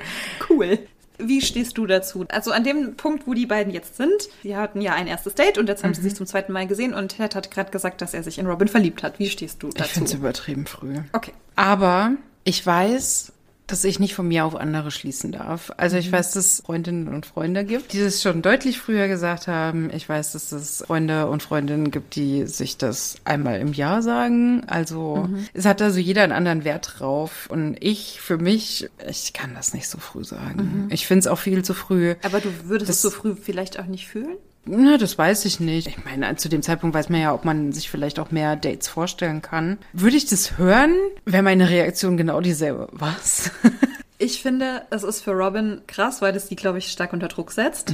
cool. Wie stehst du dazu? Also an dem Punkt, wo die beiden jetzt sind, sie hatten ja ein erstes Date und jetzt haben sie sich zum zweiten Mal gesehen und Ted hat gerade gesagt, dass er sich in Robin verliebt hat. Wie stehst du
Ich finde es
dazu?
übertrieben früh.
Okay.
Aber ich weiß, dass ich nicht von mir auf andere schließen darf. Also
Mhm.
ich weiß, dass es Freundinnen und Freunde gibt, die das schon deutlich früher gesagt haben. Ich weiß, dass es Freunde und Freundinnen gibt, die sich das einmal im Jahr sagen. Also
Mhm.
es hat also jeder einen anderen Wert drauf. Und ich für mich, ich kann das nicht so früh sagen. Ich finde es auch viel zu früh.
Mhm. Aber du würdest
Das-
es so früh vielleicht auch nicht fühlen?
Na, das weiß ich nicht. Ich meine, zu dem Zeitpunkt weiß man ja, ob man sich vielleicht auch mehr Dates vorstellen kann. Würde ich das hören, wäre meine Reaktion genau dieselbe. Was?
Ich finde, es ist für Robin krass, weil das die, glaube ich, stark unter Druck setzt.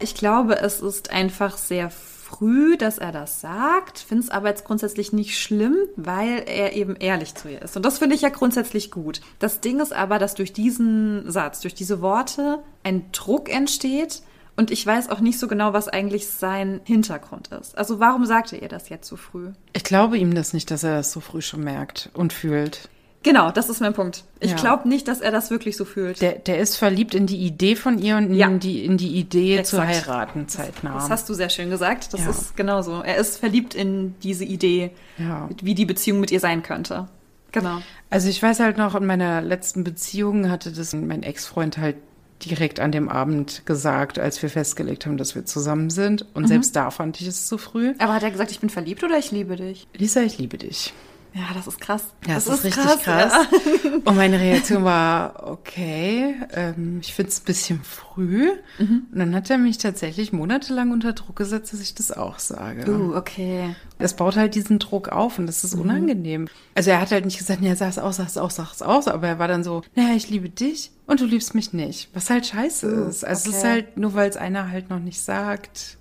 Ich glaube, es ist einfach sehr früh, dass er das sagt, finde es aber jetzt grundsätzlich nicht schlimm, weil er eben ehrlich zu ihr ist. Und das finde ich ja grundsätzlich gut. Das Ding ist aber, dass durch diesen Satz, durch diese Worte ein Druck entsteht und ich weiß auch nicht so genau, was eigentlich sein Hintergrund ist. Also warum sagte ihr das jetzt so früh?
Ich glaube ihm das nicht, dass er das so früh schon merkt und fühlt.
Genau, das ist mein Punkt. Ich
Ja.
glaube nicht, dass er das wirklich so fühlt.
Der, der ist verliebt in die Idee von ihr und in,
Ja.
die, in die Idee zu
Exakt.
heiraten zeitnah.
Das hast du sehr schön gesagt. Das
Ja.
ist genauso. Er ist verliebt in diese Idee,
Ja.
wie die Beziehung mit ihr sein könnte. Genau.
Also ich weiß halt noch, in meiner letzten Beziehung hatte das mein Ex-Freund halt direkt an dem Abend gesagt, als wir festgelegt haben, dass wir zusammen sind. Und
Mhm.
selbst da fand ich es zu früh.
Aber hat er gesagt, ich bin verliebt oder ich liebe dich?
Lisa, ich liebe dich.
Ja, das ist krass.
Ja, das, ist, richtig krass.
ja.
Und meine Reaktion war, okay, ähm, ich find's ein bisschen früh.
Mhm.
Und dann hat er mich tatsächlich monatelang unter Druck gesetzt, dass ich das auch sage.
Uh, okay.
Das baut halt diesen Druck auf und das
Mhm.
ist unangenehm. Also er hat halt nicht gesagt, ja, sag's aus, sag's aus, sag's aus, aber er war dann so, naja, ich liebe dich und du liebst mich nicht. Was halt scheiße
Uh,
ist. Also es ist
okay.
halt, nur weil es einer halt noch nicht sagt,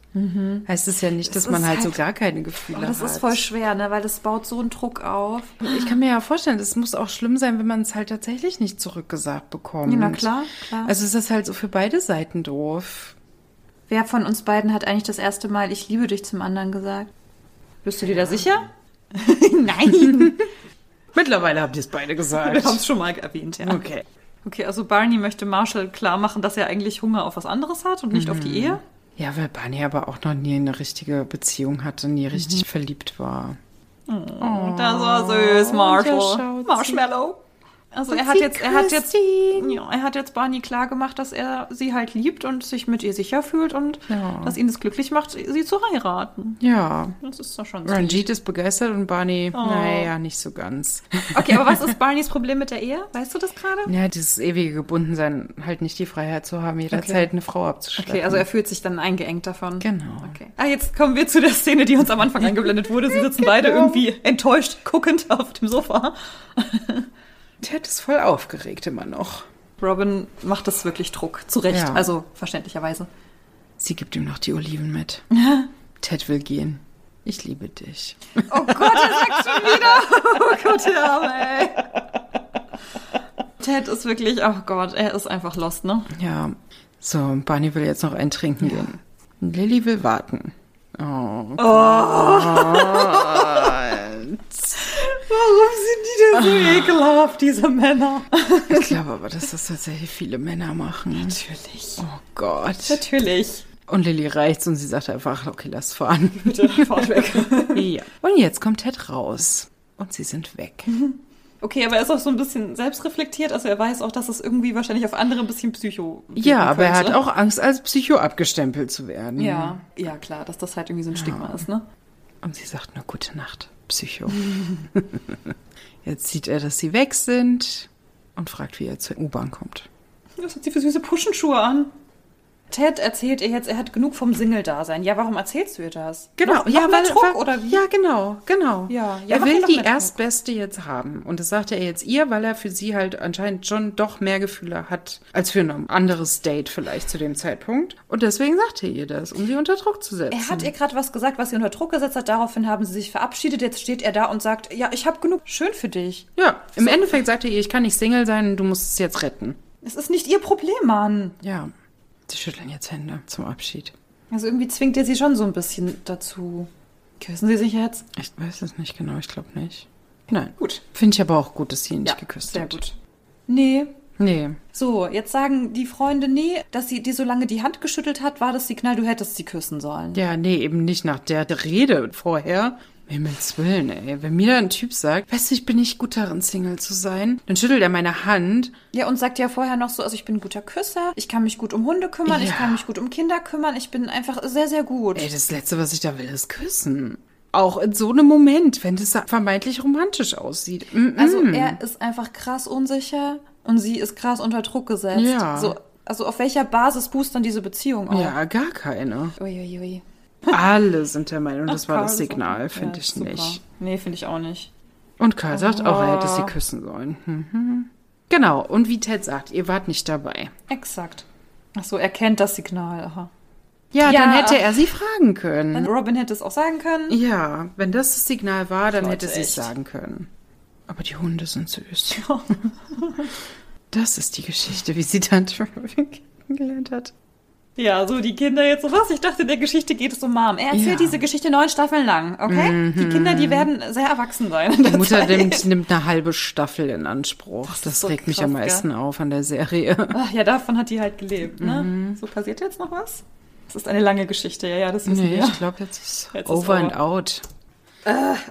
heißt es ja nicht, dass
Das
man
ist
halt so
halt-
gar keine Gefühle
Aber das
hat.
ist voll schwer, ne? Weil das baut so einen Druck auf.
Ich kann mir ja vorstellen, es muss auch schlimm sein, wenn man es halt tatsächlich nicht zurückgesagt bekommt.
Ja, na klar, klar.
Also es ist halt so für beide Seiten doof.
Wer von uns beiden hat eigentlich das erste Mal, ich liebe dich zum anderen gesagt? Bist du dir da sicher? Nein.
Mittlerweile habt ihr es beide gesagt.
haben's schon mal erwähnt, ja.
Okay.
Okay, also Barney möchte Marshall klar machen, dass er eigentlich Hunger auf was anderes hat und nicht auf die Ehe.
Ja, weil Barney aber auch noch nie eine richtige Beziehung hatte, nie richtig
Mhm.
verliebt war.
Oh, das war süß,
da
Marshall.
schaut sie.
Marshmallow. Also er hat jetzt, er hat jetzt, ja, er hat jetzt Barney klar gemacht, dass er sie halt liebt und sich mit ihr sicher fühlt und
Ja.
dass ihn das glücklich macht, sie zu heiraten.
Ja.
Das ist doch schon süß.
Ranjit ist begeistert und Barney,
Oh.
naja, nicht so ganz.
Okay, aber was ist Barneys Problem mit der Ehe? Weißt du das gerade?
Ja, dieses ewige Gebundensein, halt nicht die Freiheit zu haben, jederzeit eine Frau abzuschleppen.
Okay, also er fühlt sich dann eingeengt davon.
Genau.
Okay. Ah, jetzt kommen wir zu der Szene, die uns am Anfang eingeblendet wurde. Sie sitzen beide
Genau.
irgendwie enttäuscht guckend auf dem Sofa.
Der hat es voll aufgeregt immer noch.
Robin macht das wirklich Druck. Zu Recht.
Ja.
Also verständlicherweise.
Sie gibt ihm noch die Oliven mit. Ted will gehen. Ich liebe dich.
Oh Gott, er sagt schon wieder. Oh Gott, der Arme, ey. Ted ist wirklich, oh Gott, er ist einfach lost, ne?
Ja. So, Barney will jetzt noch einen trinken gehen. Lilly will warten. Oh.
Warum sind die denn so ekelhaft, diese Männer?
Ich glaube aber, dass das tatsächlich viele Männer machen.
Natürlich.
Oh Gott.
Natürlich.
Und Lilly reicht's und sie sagt einfach, okay, lass fahren.
Bitte, fahrt weg.
ja. Und jetzt kommt Ted raus. Und sie sind weg.
Okay, aber er ist auch so ein bisschen selbstreflektiert. Also er weiß auch, dass es irgendwie wahrscheinlich auf andere ein bisschen psycho wirken
Ja, aber er hat
könnte.
auch Mhm. Angst, als Psycho abgestempelt zu werden.
Ja, ja, klar, dass das halt irgendwie so ein Stigma ist, ne?
Und sie sagt nur Gute Nacht, Psycho. Jetzt sieht er, dass sie weg sind und fragt, wie er zur U-Bahn kommt.
Was hat sie für süße Puschenschuhe an? Ted erzählt ihr jetzt, er hat genug vom Single-Dasein. Ja, warum erzählst du ihr das? noch, noch
Genau. ja,
mehr
weil-
Genau, Druck
weil-
oder wie?
Ja, genau, genau.
Ja, ja,
er
mach
will
ihr doch
die
mit Druck.
erstbeste jetzt haben und das sagt er jetzt ihr, weil er für sie halt anscheinend schon doch mehr Gefühle hat als für ein anderes Date vielleicht zu dem Zeitpunkt und deswegen sagt er ihr das, um sie unter Druck zu setzen.
Er hat ihr gerade was gesagt, was sie unter Druck gesetzt hat. Daraufhin haben sie sich verabschiedet. Jetzt steht er da und sagt, ja, ich habe genug. Schön für dich.
ja, im Endeffekt sagt er ihr, ich kann nicht Single sein, du musst es jetzt retten.
Es ist nicht ihr Problem, Mann.
Ja, sie schütteln jetzt Hände zum Abschied.
Also irgendwie zwingt er sie schon so ein bisschen dazu. Küssen sie sich jetzt?
Ich weiß es nicht genau, ich glaube nicht. Nein.
Gut.
Finde ich aber auch gut, dass sie ihn nicht geküsst
sehr
hat.
gut. Nee.
Nee.
So, jetzt sagen die Freunde, nee, dass sie dir so lange die Hand geschüttelt hat, war das Signal, du hättest sie küssen sollen.
Ja, nee, eben nicht nach der Rede vorher. Um Himmels Willen, ey. Wenn mir da ein Typ sagt, weißt du, ich bin nicht gut darin, Single zu sein, dann schüttelt er meine Hand.
Ja, und sagt ja vorher noch so, also ich bin ein guter Küsser, ich kann mich gut um Hunde kümmern, ich
Ja.
kann mich gut um Kinder kümmern, ich bin einfach sehr, sehr gut.
Ey, das Letzte, was ich da will, ist küssen. Auch in so einem Moment, wenn das vermeintlich romantisch aussieht. Mm -mm.
Also er ist einfach krass unsicher und sie ist krass unter Druck gesetzt.
Ja.
So, also auf welcher Basis fußt dann diese Beziehung auf?
ja, gar keine.
Uiuiui.
Alle sind der Meinung, das war
Carl
das
ist
Signal,
auch-
finde
ja,
ich
super.
nicht.
Nee, finde ich auch nicht. Oh.
Und Karl sagt auch, er hätte sie küssen sollen. Mhm. Genau, und wie Ted sagt, ihr wart nicht dabei.
Exakt. Ach so, er kennt das Signal. Aha.
Ja,
Ja.
dann hätte er sie fragen können.
Dann Robin hätte es auch sagen können.
Ja, wenn das das Signal war, dann
Leute,
hätte sie es
echt.
sagen können. Aber die Hunde sind süß. Das ist die Geschichte, wie sie Tante Robin kennengelernt hat.
Ja, so die Kinder jetzt so was. Ich dachte, in der Geschichte geht es um Mom. Er erzählt
Ja. Mhm.
diese Geschichte neun Staffeln lang, okay? Die Kinder, die werden sehr erwachsen sein. in der
Die Mutter
Zeit.
nimmt, nimmt eine halbe Staffel in Anspruch. Das,
ist so
regt mich
krass,
am meisten auf an der Serie.
Ach ja, davon hat die halt gelebt, ne?
Mhm.
So passiert jetzt noch was? Das ist eine lange Geschichte, ja, ja, das wissen
Nee,
wir.
ich glaube, jetzt ist
Jetzt ist
over
over.
and out.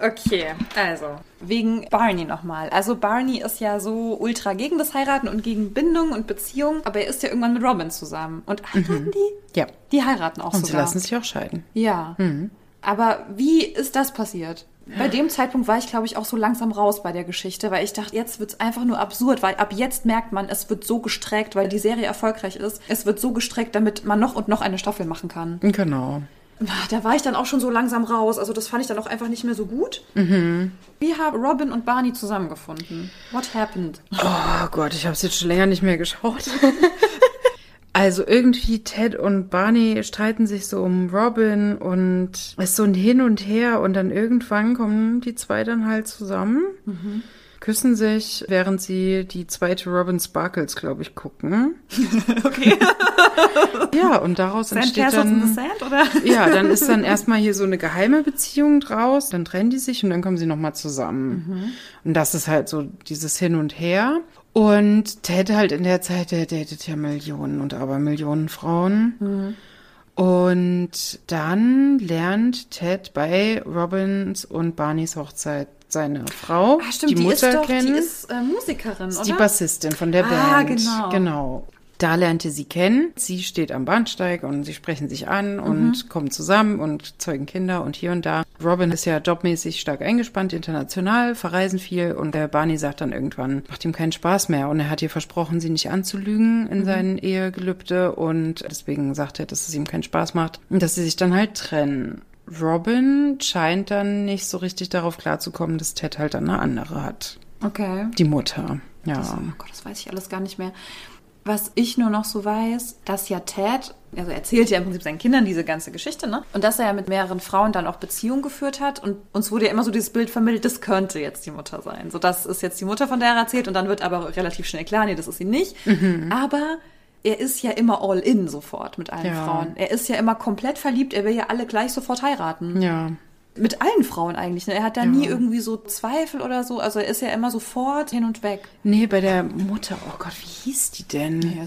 Okay, also. Wegen Barney nochmal. Also Barney ist ja so ultra gegen das Heiraten und gegen Bindung und Beziehung, aber er ist ja irgendwann mit Robin zusammen. Und heiraten die?
Ja.
Die heiraten auch
Mhm. Und sie
sogar.
lassen sich Mhm. auch scheiden.
Ja. Aber wie ist das passiert? Bei dem Zeitpunkt war ich, glaube ich, auch so langsam raus bei der Geschichte, weil ich dachte, jetzt wird's einfach nur absurd, weil ab jetzt merkt man, es wird so gestreckt, weil die Serie erfolgreich ist. Es wird so gestreckt, damit man noch und noch eine Staffel machen kann.
Genau.
Da war ich dann auch schon so langsam raus. Also das fand ich dann auch einfach nicht mehr so gut.
Mhm.
Wie haben Robin und Barney zusammengefunden? What happened?
Oh Gott, ich habe es jetzt schon länger nicht mehr geschaut. Also irgendwie Ted und Barney streiten sich so um Robin und es ist so ein Hin und Her und dann irgendwann kommen die zwei dann halt zusammen, küssen sich, während sie die zweite Robin Sparkles, glaube ich, gucken.
Okay.
Ja, und daraus entsteht dann...
Sand, oder?
Ja, dann ist dann erstmal hier so eine geheime Beziehung draus, dann trennen die sich und dann kommen sie nochmal zusammen.
Mhm.
Und das ist halt so dieses Hin und Her. Und Ted halt in der Zeit, der datet ja Millionen und aber Millionen Frauen.
Mhm.
Und dann lernt Ted bei Robins und Barneys Hochzeit seine Frau,
Ah, stimmt,
die
die,
Mutter
ist doch,
kennen.
die ist äh, Musikerin,
Ist
oder?
die Bassistin von der
Ah,
Band.
genau.
genau. Da lernte sie kennen. Sie steht am Bahnsteig und sie sprechen sich
Mhm.
an und kommen zusammen und zeugen Kinder und hier und da. Robin ist ja jobmäßig stark eingespannt, international, verreisen viel und der Barney sagt dann irgendwann, macht ihm keinen Spaß mehr und er hat ihr versprochen, sie nicht anzulügen
Mhm.
in seinen Ehegelübde und deswegen sagt er, dass es ihm keinen Spaß macht und dass sie sich dann halt trennen. Robin scheint dann nicht so richtig darauf klarzukommen, dass Ted halt dann eine andere hat.
Okay.
Die Mutter. Ja.
Oh Gott, das weiß ich alles gar nicht mehr. Was ich nur noch so weiß, dass ja Ted, also er erzählt ja im Prinzip seinen Kindern diese ganze Geschichte, ne? Und dass er ja mit mehreren Frauen dann auch Beziehungen geführt hat. Und uns wurde ja immer so dieses Bild vermittelt, das könnte jetzt die Mutter sein. So, das ist jetzt die Mutter, von der er erzählt. Und dann wird aber relativ schnell klar, nee, das ist sie nicht. Aber er ist ja immer all in sofort mit allen
Ja.
Frauen. Er ist ja immer komplett verliebt. Er will ja alle gleich sofort heiraten.
Ja.
Mit allen Frauen eigentlich. Ne? Er hat da nie irgendwie so Zweifel oder so. Also er ist ja immer sofort hin und weg.
Nee, bei der Mutter. Oh Gott, wie hieß die denn?
Ja,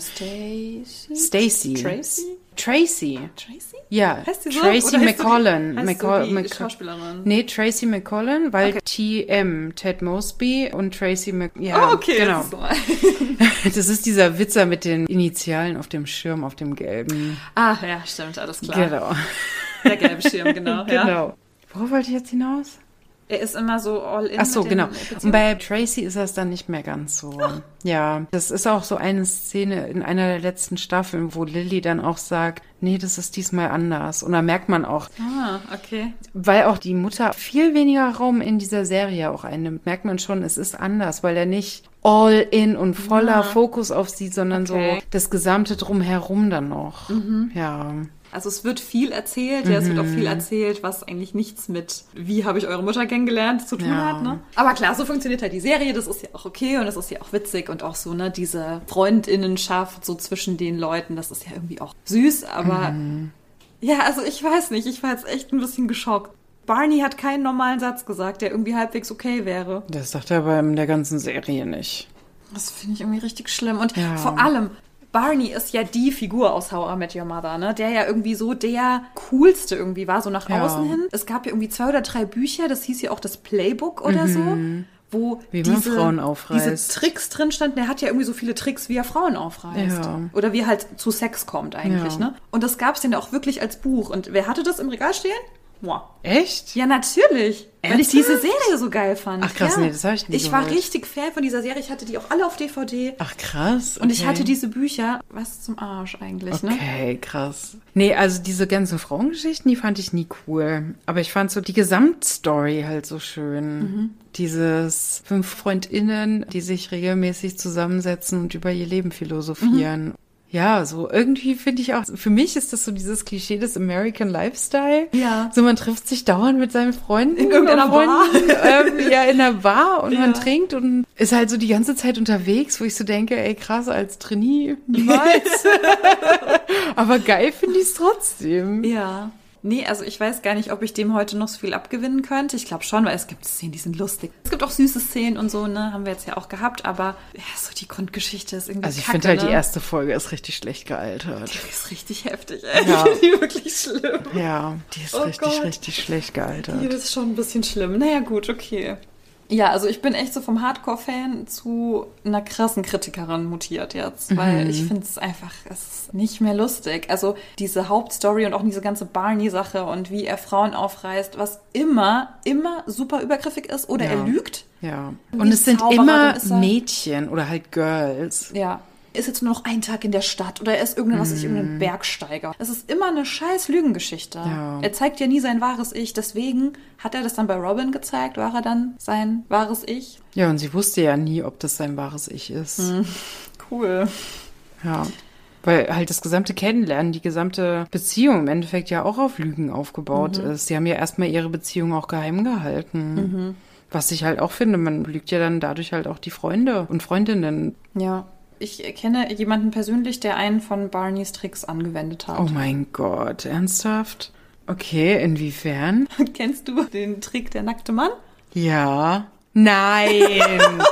Stacy.
Stacy.
Tracy?
Tracy.
Tracy?
Ja.
Heißt sie so?
Tracy
Oder heißt du die-
McCollan.
heißt
McColl-
du die
McColl-
Schauspielerin?
Nee, Tracy McCollan, weil TM, Ted Mosby und Tracy Mc. Ja,
Ah, okay,
genau.
das ist normal.
Das ist dieser Witzer mit den Initialen auf dem Schirm, auf dem gelben.
Ah, ja, stimmt, alles klar.
Genau.
Der gelbe Schirm, genau. Ja.
Genau. Worauf wollte ich jetzt hinaus?
Er ist immer so all in.
Ach so,
mit den
genau. Und
Beziehungen.
bei Tracy ist das dann nicht mehr ganz so. Ja, das ist auch so eine Szene in einer der letzten Staffeln, wo Lilly dann auch sagt, nee, das ist diesmal anders. Und da merkt man auch,
ah, okay.
weil auch die Mutter viel weniger Raum in dieser Serie auch einnimmt, merkt man schon, es ist anders, weil er nicht all in und voller Fokus auf sie, sondern
Okay. Mhm.
so das gesamte Drumherum dann noch. Ja.
Also es wird viel erzählt, ja, es wird auch viel erzählt, was eigentlich nichts mit wie habe ich eure Mutter kennengelernt zu tun
Ja.
hat, ne? Aber klar, so funktioniert halt die Serie, das ist ja auch okay und das ist ja auch witzig und auch so, ne, diese Freundinnenschaft so zwischen den Leuten, das ist ja irgendwie auch süß, aber ja, also ich weiß nicht, ich war jetzt echt ein bisschen geschockt. Barney hat keinen normalen Satz gesagt, der irgendwie halbwegs okay wäre.
Das sagt er aber in der ganzen Serie nicht.
Das finde ich irgendwie richtig schlimm. Und
Ja.
vor allem, Barney ist ja die Figur aus How I Met Your Mother, ne? Der ja irgendwie so der coolste irgendwie war, so nach
Ja.
außen hin. Es gab ja irgendwie zwei oder drei Bücher, das hieß ja auch das Playbook oder so, wo
Mhm. Wie man
diese,
Frauen aufreißt.
diese Tricks drin standen. Der hat ja irgendwie so viele Tricks, wie er Frauen aufreißt.
Ja.
Oder wie er halt zu Sex kommt eigentlich,
Ja.
ne? Und das gab es denn auch wirklich als Buch. Und wer hatte das im Regal stehen? Moi.
Echt?
Ja, natürlich. Weil ich
Ernsthaft?
diese Serie so geil fand.
Ach, krass,
ja.
nee, das hab ich nie
Ich war
gehört.
richtig Fan von dieser Serie. Ich hatte die auch alle auf DVD.
Ach krass.
Und ich
okay.
hatte diese Bücher. Was zum Arsch eigentlich, ne?
Okay, krass. Nee, also diese ganzen Frauengeschichten, die fand ich nie cool. Aber ich fand so die Gesamtstory halt so schön.
Mhm.
Dieses fünf FreundInnen, die sich regelmäßig zusammensetzen und über ihr Leben philosophieren.
Mhm.
Ja, so irgendwie finde ich auch, für mich ist das so dieses Klischee des American Lifestyle.
Ja.
So man trifft sich dauernd mit seinen Freunden.
In irgendeiner
und
Bar.
ähm, ja, in einer Bar und man
Ja.
trinkt und ist halt so die ganze Zeit unterwegs, wo ich so denke, ey krass, als Trainee niemals. Aber geil finde ich es trotzdem.
Ja. Nee, also ich weiß gar nicht, ob ich dem heute noch so viel abgewinnen könnte. Ich glaube schon, weil es gibt Szenen, die sind lustig. Es gibt auch süße Szenen und so, ne? Haben wir jetzt ja auch gehabt, aber ja, so die Grundgeschichte ist irgendwie.
Also ich
kacke,
finde halt
ne?
die erste Folge ist richtig schlecht gealtert.
Die ist richtig heftig, ey.
Ja.
Die ist wirklich schlimm.
Ja, die ist
Oh
richtig,
Gott.
richtig schlecht
Die
gealtert.
ist schon ein bisschen schlimm. Naja, gut, okay. Ja, also ich bin echt so vom Hardcore-Fan zu einer krassen Kritikerin mutiert jetzt, weil
Mhm.
ich finde es einfach, es ist nicht mehr lustig. Also diese Hauptstory und auch diese ganze Barney-Sache und wie er Frauen aufreißt, was immer, immer super übergriffig ist oder
Ja.
er lügt.
Ja.
Wie
Und es sind
Zauberer,
immer
dann ist er-
Mädchen oder halt Girls.
Ja. Ist jetzt nur noch ein Tag in der Stadt oder er ist irgendein, was um weiß ich, irgendein Bergsteiger. Es ist immer eine scheiß Lügengeschichte.
Mhm. Ja.
Er zeigt ja nie sein wahres Ich. Deswegen hat er das dann bei Robin gezeigt, war er dann sein wahres Ich.
Ja, und sie wusste ja nie, ob das sein wahres Ich ist.
Mhm. Cool.
Ja. Weil halt das gesamte Kennenlernen, die gesamte Beziehung im Endeffekt ja auch auf Lügen aufgebaut
Mhm.
ist. Sie haben ja erstmal ihre Beziehung auch geheim gehalten.
Mhm.
Was ich halt auch finde, man lügt ja dann dadurch halt auch die Freunde und Freundinnen.
Ja. Ich kenne jemanden persönlich, der einen von Barneys Tricks angewendet hat.
Oh mein Gott, ernsthaft? Okay, inwiefern?
Kennst du den Trick der nackte Mann?
Ja. Nein.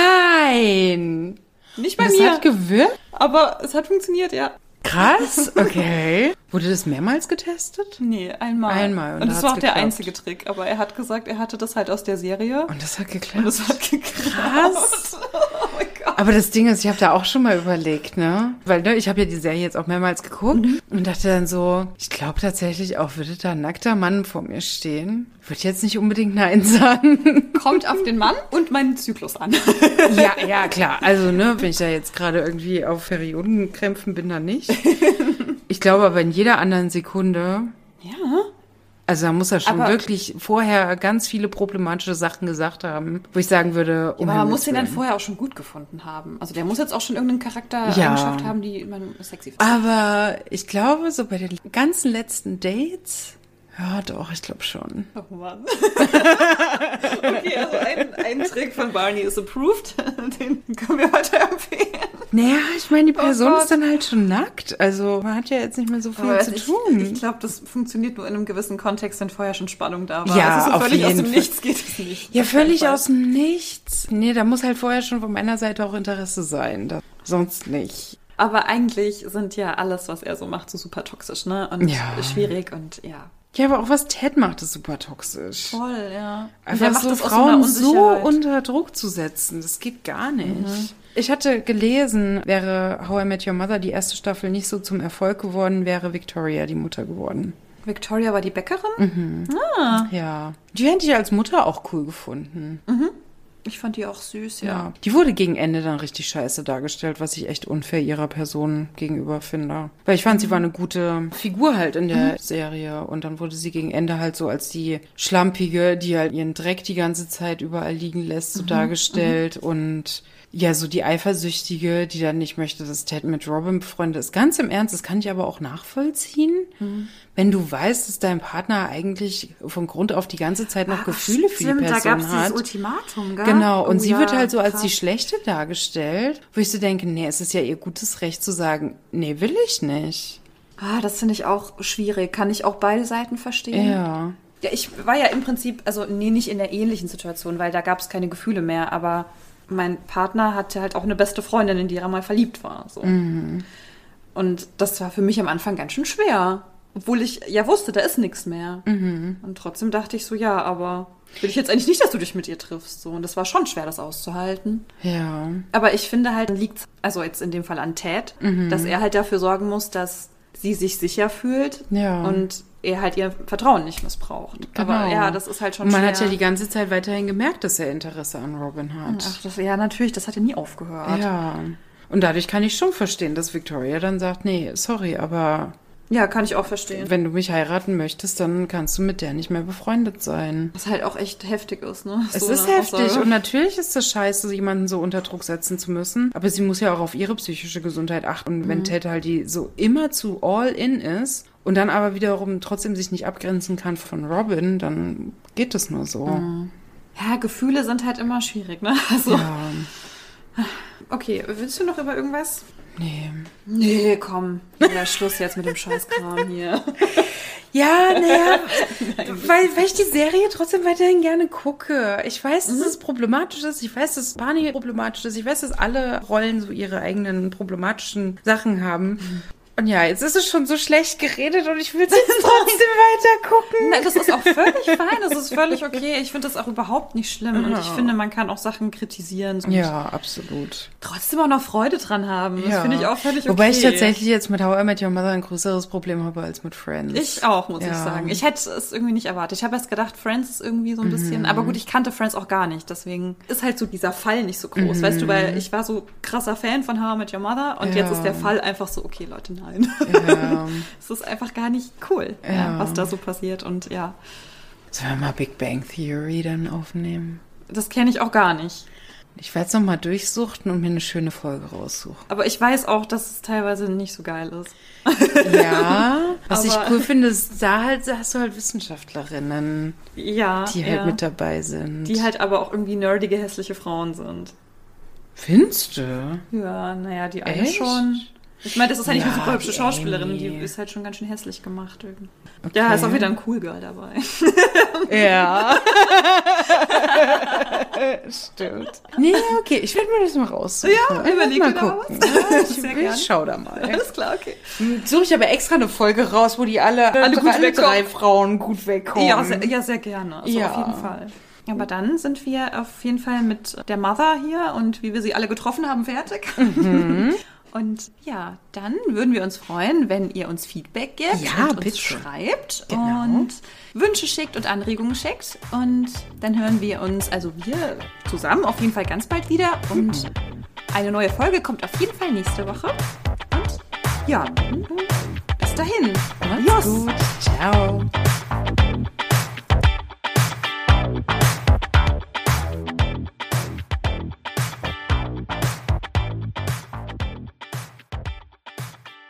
Nein.
Nicht bei
Das
mir,
hat gewirkt?
aber es hat funktioniert, ja.
Krass, okay. Wurde das mehrmals getestet?
Nee, einmal.
Einmal, und
Und,
da
das
hat's
war auch der
geklappt.
einzige Trick, aber er hat gesagt, er hatte das halt aus der Serie.
Und das hat
Und
geklappt.
es hat geklappt.
Krass.
Oh mein Gott.
Aber das Ding ist, ich habe da auch schon mal überlegt, ne? Weil ne, ich habe ja die Serie jetzt auch mehrmals geguckt
Mhm.
und dachte dann so, ich glaube tatsächlich auch, würde da ein nackter Mann vor mir stehen. Würde jetzt nicht unbedingt Nein sagen.
Kommt auf den Mann und meinen Zyklus an.
ja, ja, klar. Also, ne, wenn ich da jetzt gerade irgendwie auf Periodenkrämpfen bin, dann nicht. Ich glaube aber in jeder anderen Sekunde.
Ja.
Also da muss er schon
Aber-
wirklich vorher ganz viele problematische Sachen gesagt haben, wo ich sagen würde, um
Aber man
Himmels
muss den dann
Willen.
vorher auch schon gut gefunden haben. Also der muss jetzt auch schon irgendeinen Charakter
Ja.
Eigenschaft haben, die man sexy findet.
Aber ich glaube, so bei den ganzen letzten Dates, ja doch, ich glaube schon.
Oh Mann. okay, also ein, ein Trick von Barney ist approved. Den können wir heute empfehlen.
Naja, ich meine, die Person
Oh Gott.
ist dann halt schon nackt. Also man hat ja jetzt nicht mehr so viel zu
ich
tun.
ich glaube, das funktioniert nur in einem gewissen Kontext, wenn vorher schon Spannung da war.
Ja,
also so
auf
völlig aus
jeden
dem
Fall.
Nichts geht es nicht.
ja,
Auf keinen
völlig
Fall.
aus dem Nichts. Nee, da muss halt vorher schon von meiner Seite auch Interesse sein. Da, sonst nicht.
Aber eigentlich sind ja alles, was er so macht, so super toxisch, ne? Und
Ja.
schwierig und ja.
Ja, aber auch was Ted macht, ist super toxisch.
Voll, ja. Und
Einfach so
aus
Frauen
einer
so
Unsicherheit. Mhm.
unter Druck zu setzen, das geht gar nicht. Ich hatte gelesen, wäre How I Met Your Mother die erste Staffel nicht so zum Erfolg geworden, wäre Victoria die Mutter geworden.
Victoria war die Bäckerin?
Mhm.
Ah.
Ja. Die hätte ich als Mutter auch cool gefunden.
Ich fand die auch süß, ja.
Ja. Die wurde gegen Ende dann richtig scheiße dargestellt, was ich echt unfair ihrer Person gegenüber finde. Weil ich fand, sie war
Mhm.
eine gute Figur halt in der Serie. Und dann wurde sie gegen Ende halt so als die Schlampige, die halt ihren Dreck die ganze Zeit überall liegen lässt,
Mhm.
so dargestellt. Und ja, so die Eifersüchtige, die dann nicht möchte, dass Ted mit Robin befreundet ist. Ganz im Ernst, das kann ich aber auch nachvollziehen.
Mhm.
Wenn du weißt, dass dein Partner eigentlich von Grund auf die ganze Zeit noch Gefühle für die
Stimmt,
Person
da gab's
hat.
dieses Ultimatum, gell?
Genau, und
Oh
sie
ja,
wird halt so als die
krass.
Schlechte dargestellt, wo ich so denke, nee, es ist ja ihr gutes Recht zu sagen, nee, will ich nicht.
Ah, das finde ich auch schwierig. Kann ich auch beide Seiten verstehen?
Ja.
Ja, ich war ja im Prinzip, also nee, nicht in der ähnlichen Situation, weil da gab es keine Gefühle mehr, aber mein Partner hatte halt auch eine beste Freundin, in die er mal verliebt war. So. Und das war für mich am Anfang ganz schön schwer. Obwohl ich ja wusste, da ist nichts mehr. Und trotzdem dachte ich so, ja, aber will ich jetzt eigentlich nicht, dass du dich mit ihr triffst. So. Und das war schon schwer, das auszuhalten.
Ja. Mhm.
Aber ich finde halt, liegt also jetzt in dem Fall an Ted, dass er halt dafür sorgen muss, dass sie sich sicher fühlt
Ja.
und er halt ihr Vertrauen nicht missbraucht. Aber
Genau.
ja, das ist halt schon
Und man
schwer.
hat ja die ganze Zeit weiterhin gemerkt, dass er Interesse an Robin
Ach,
hat.
das, ja, natürlich, das hat ja nie aufgehört.
ja. Und dadurch kann ich schon verstehen, dass Victoria dann sagt, nee, sorry, aber
Ja, kann ich auch verstehen.
wenn du mich heiraten möchtest, dann kannst du mit der nicht mehr befreundet sein.
Was halt auch echt heftig ist, ne?
Es
So
ist
eine
heftig
Aussage.
und natürlich ist es scheiße, jemanden so unter Druck setzen zu müssen. Aber sie muss ja auch auf ihre psychische Gesundheit achten. Und
Mhm.
wenn Ted halt die so immer zu all in ist und dann aber wiederum trotzdem sich nicht abgrenzen kann von Robin, dann geht es nur so.
Mhm. ja, Gefühle sind halt immer schwierig, ne? Also,
Ja,
okay, willst du noch über irgendwas?
nee.
Nee, komm. Ja, Schluss jetzt mit dem Scheißkram hier.
Ja, naja, weil, weil ich die Serie trotzdem weiterhin gerne gucke. Ich weiß,
Mhm.
dass es problematisch ist. Ich weiß, dass Barney problematisch ist. Ich weiß, dass alle Rollen so ihre eigenen problematischen Sachen
Mhm.
haben. Und ja, jetzt ist es schon so schlecht geredet und ich will es jetzt trotzdem weiter gucken.
Nein, das ist auch völlig fein, das ist völlig okay. Ich finde das auch überhaupt nicht schlimm und ich finde, man kann auch Sachen kritisieren und
Ja, absolut.
trotzdem auch noch Freude dran haben. Das
Ja.
finde ich auch völlig okay.
Wobei ich tatsächlich jetzt mit How I Met Your Mother ein größeres Problem habe als mit Friends.
Ich auch, muss ich
Ja.
sagen. Ich hätte es irgendwie nicht erwartet. Ich habe erst gedacht, Friends ist irgendwie so ein
Mhm.
bisschen, aber gut, ich kannte Friends auch gar nicht. Deswegen ist halt so dieser Fall nicht so groß, weißt du, weil ich war so krasser Fan von How I Met Your Mother und
Mhm. Ja.
jetzt ist der Fall einfach so, okay, Leute, nein.
Ja.
es ist einfach gar nicht cool, ja.
Ja.
was da so passiert. Und ja,
Sollen wir mal Big Bang Theory dann aufnehmen?
das kenne ich auch gar nicht.
Ich werde es nochmal durchsuchten und mir eine schöne Folge raussuchen.
Aber ich weiß auch, dass es teilweise nicht so geil ist.
Ja, was ich
Aber-
cool finde, ist, da halt, da hast du halt Wissenschaftlerinnen,
Ja.
die
Ah, ja.
halt mit dabei sind.
Die halt aber auch irgendwie nerdige, hässliche Frauen sind.
Findest du?
Ja, naja, die eine
Echt?
schon. Ich meine, das ist halt nicht
Ja,
eine super hübsche
die
Schauspielerin, die
Amy.
ist halt schon ganz schön hässlich gemacht. irgendwie. Ja, ist auch wieder ein Cool Girl dabei.
Ja. Stimmt. Nee, okay, ich werde mir das mal raussuchen.
Ja, überleg
mal
dir da
gucken.
was.
Ja, ich,
Sehr
ich
gerne.
schau da mal.
Alles klar, okay.
Suche ich aber extra eine Folge raus, wo die alle,
Alle gut
alle drei
wegkommen.
Frauen gut wegkommen.
Ja sehr, ja, sehr gerne. Also
Ja.
auf jeden Fall. Aber dann sind wir auf jeden Fall mit der Mother hier und wie wir sie alle getroffen haben, fertig.
Mhm.
Und ja, dann würden wir uns freuen, wenn ihr uns Feedback gebt
Ja,
und uns
bitte.
schreibt
Genau.
und Wünsche schickt und Anregungen schickt. Und dann hören wir uns, also wir zusammen, auf jeden Fall ganz bald wieder. Und eine neue Folge kommt auf jeden Fall nächste Woche. Und ja, bis dahin.
Macht's gut. Ciao.